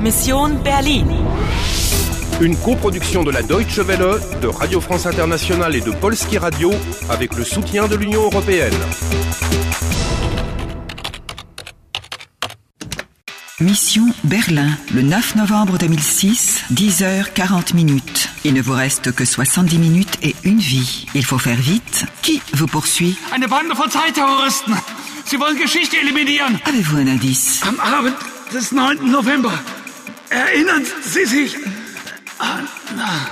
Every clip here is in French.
Mission Berlin. Une coproduction de la Deutsche Welle, de Radio France Internationale et de Polski Radio avec le soutien de l'Union européenne. Mission Berlin, le 9 novembre 2006, 10h40 minutes. Il ne vous reste que 70 minutes et une vie. Il faut faire vite. Qui vous poursuit Eine Bande von Zeitterroristen. Sie wollen Geschichte eliminieren. Avez-vous un indice Am Abend des 9. November. Erinnern Sie sich?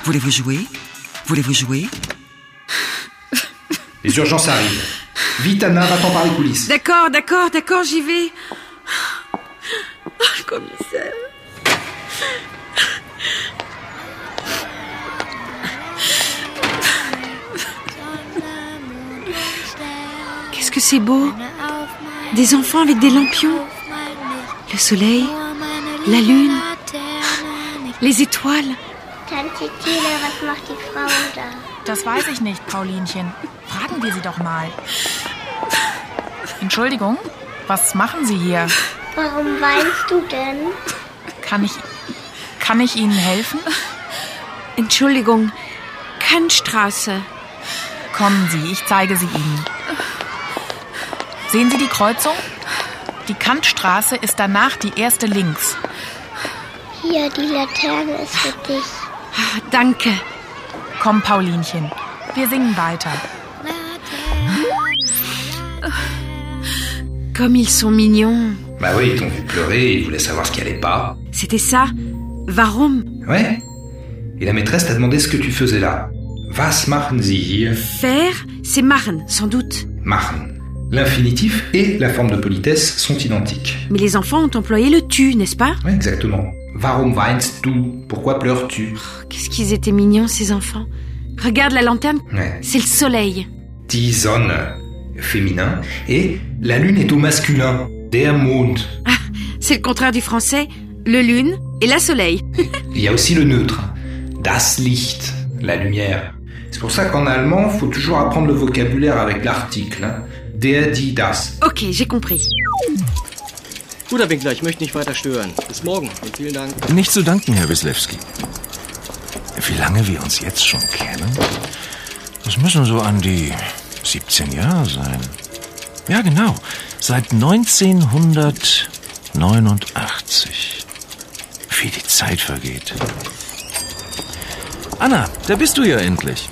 Voulez-vous jouer Voulez-vous jouer Les urgences arrivent. Vite, Anna, va-t'en par les coulisses. D'accord, d'accord, d'accord, j'y vais. Ah, le commissaire. Qu'est-ce que c'est beau Des enfants avec des lampions, le soleil, la lune, les étoiles. Tante Tine, was macht die Frau da? Das weiß ich nicht, Paulinchen. Fragen wir sie doch mal. Entschuldigung, was machen Sie hier? Warum weinst du denn? Kann ich. Kann ich Ihnen helfen? Entschuldigung, Ah, Kantstraße. Kommen Sie, ich zeige sie Ihnen. Sehen Sie die Kreuzung? Die Kantstraße ist danach die erste links. Hier, die Laterne ist für dich. Ah, Danke. Komm, Paulinchen, wir singen weiter. Comme ils sont mignons. Bah oui, ils t'ont vu pleurer, ils voulaient savoir ce qui allait pas. C'était ça Warum Ouais Et la maîtresse t'a demandé ce que tu faisais là. Was machen Sie hier Faire, c'est Marne, sans doute. Machen. L'infinitif et la forme de politesse sont identiques. Mais les enfants ont employé le tu, n'est-ce pas Ouais, exactement. Warum weinst du Pourquoi pleures-tu Oh, Qu'est-ce qu'ils étaient mignons, ces enfants. Regarde la lanterne, Ouais. c'est le soleil. Die Sonne, féminin. Et la lune est au masculin. Der Mond. C'est le contraire du français, le lune et la soleil. Il y a aussi le neutre. Das Licht, la lumière. C'est pour ça qu'en allemand, faut toujours apprendre le vocabulaire avec l'article. hein. Der, die, das. Ok, j'ai compris. Gut, Herr Winkler, ich möchte nicht weiter stören. Bis morgen und vielen Dank. Nicht zu danken, Herr Wislewski. Wie lange wir uns jetzt schon kennen? Das müssen so an die 17 Jahre sein. Ja, genau. Seit 1989. Wie die Zeit vergeht. Anna, da bist du ja endlich.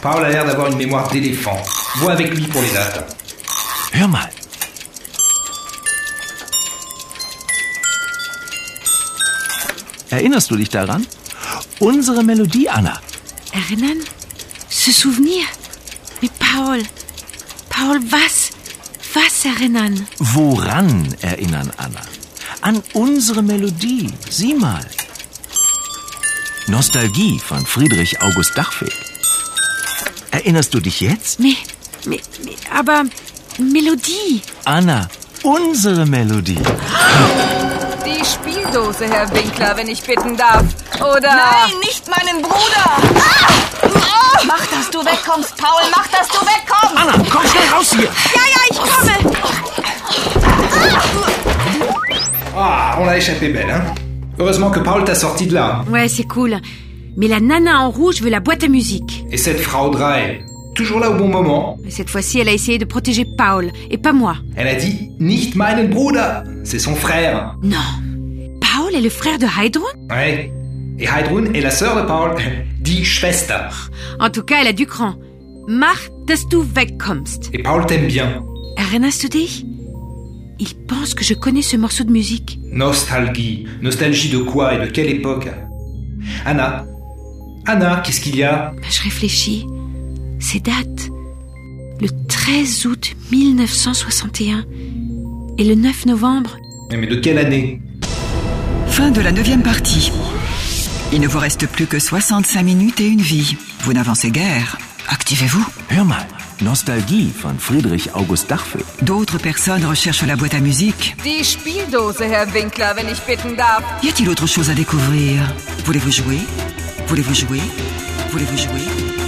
Paul a l'air d'avoir une mémoire d'éléphant. Vois avec lui pour les dates. Hör mal. Erinnerst du dich daran? Unsere Melodie, Anna. Erinnern Se souvenir Mais Paul, Paul, was Was erinnern Woran erinnern, Anna? An unsere Melodie. Sieh mal. Nostalgie von Friedrich August Dachfeld. Erinnerst du dich jetzt? Mais, mais, mais, aber Mélodie Anna, unsere Melodie. Die Spieldose, Herr Winkler, wenn ich bitten darf. Oder. Nein! Nicht meinen Bruder! Mach, dass du wegkommst, Paul! Mach, dass du wegkommst! Anna, komm schnell raus hier! Ja, ja, ich komme! Ah, on l'a échappé belle, hein Heureusement que Paul t'a sorti de là. Ouais, c'est cool. Mais la nana en rouge veut la boîte à musique. Et cette Frau Drey, toujours là au bon moment, Mais cette fois-ci, elle a essayé de protéger Paul, et pas moi. elle a dit Nicht meinen Bruder C'est son frère. Non. Paul est le frère de Heidrun Ouais. Et Heidrun est la sœur de Paul. Die Schwester. En tout cas, elle a du cran. Mach, dass du wegkommst. Et Paul t'aime bien. Erinnerst du dich Il pense que je connais ce morceau de musique. Nostalgie. Nostalgie de quoi et de quelle époque Anna. Anna, qu'est-ce qu'il y a Bah, je réfléchis. Ces dates. Le 13 août 1961 et le 9 novembre Mais de quelle année Fin de la neuvième partie. Il ne vous reste plus que 65 minutes et une vie. Vous n'avancez guère. Activez-vous. Hör mal. Nostalgie von Friedrich August Dachfeld. D'autres personnes recherchent la boîte à musique. Die Spieldose, Herr Winkler, wenn ich bitten darf. Y a-t-il autre chose à découvrir Voulez-vous jouer Voulez-vous jouer Voulez-vous jouer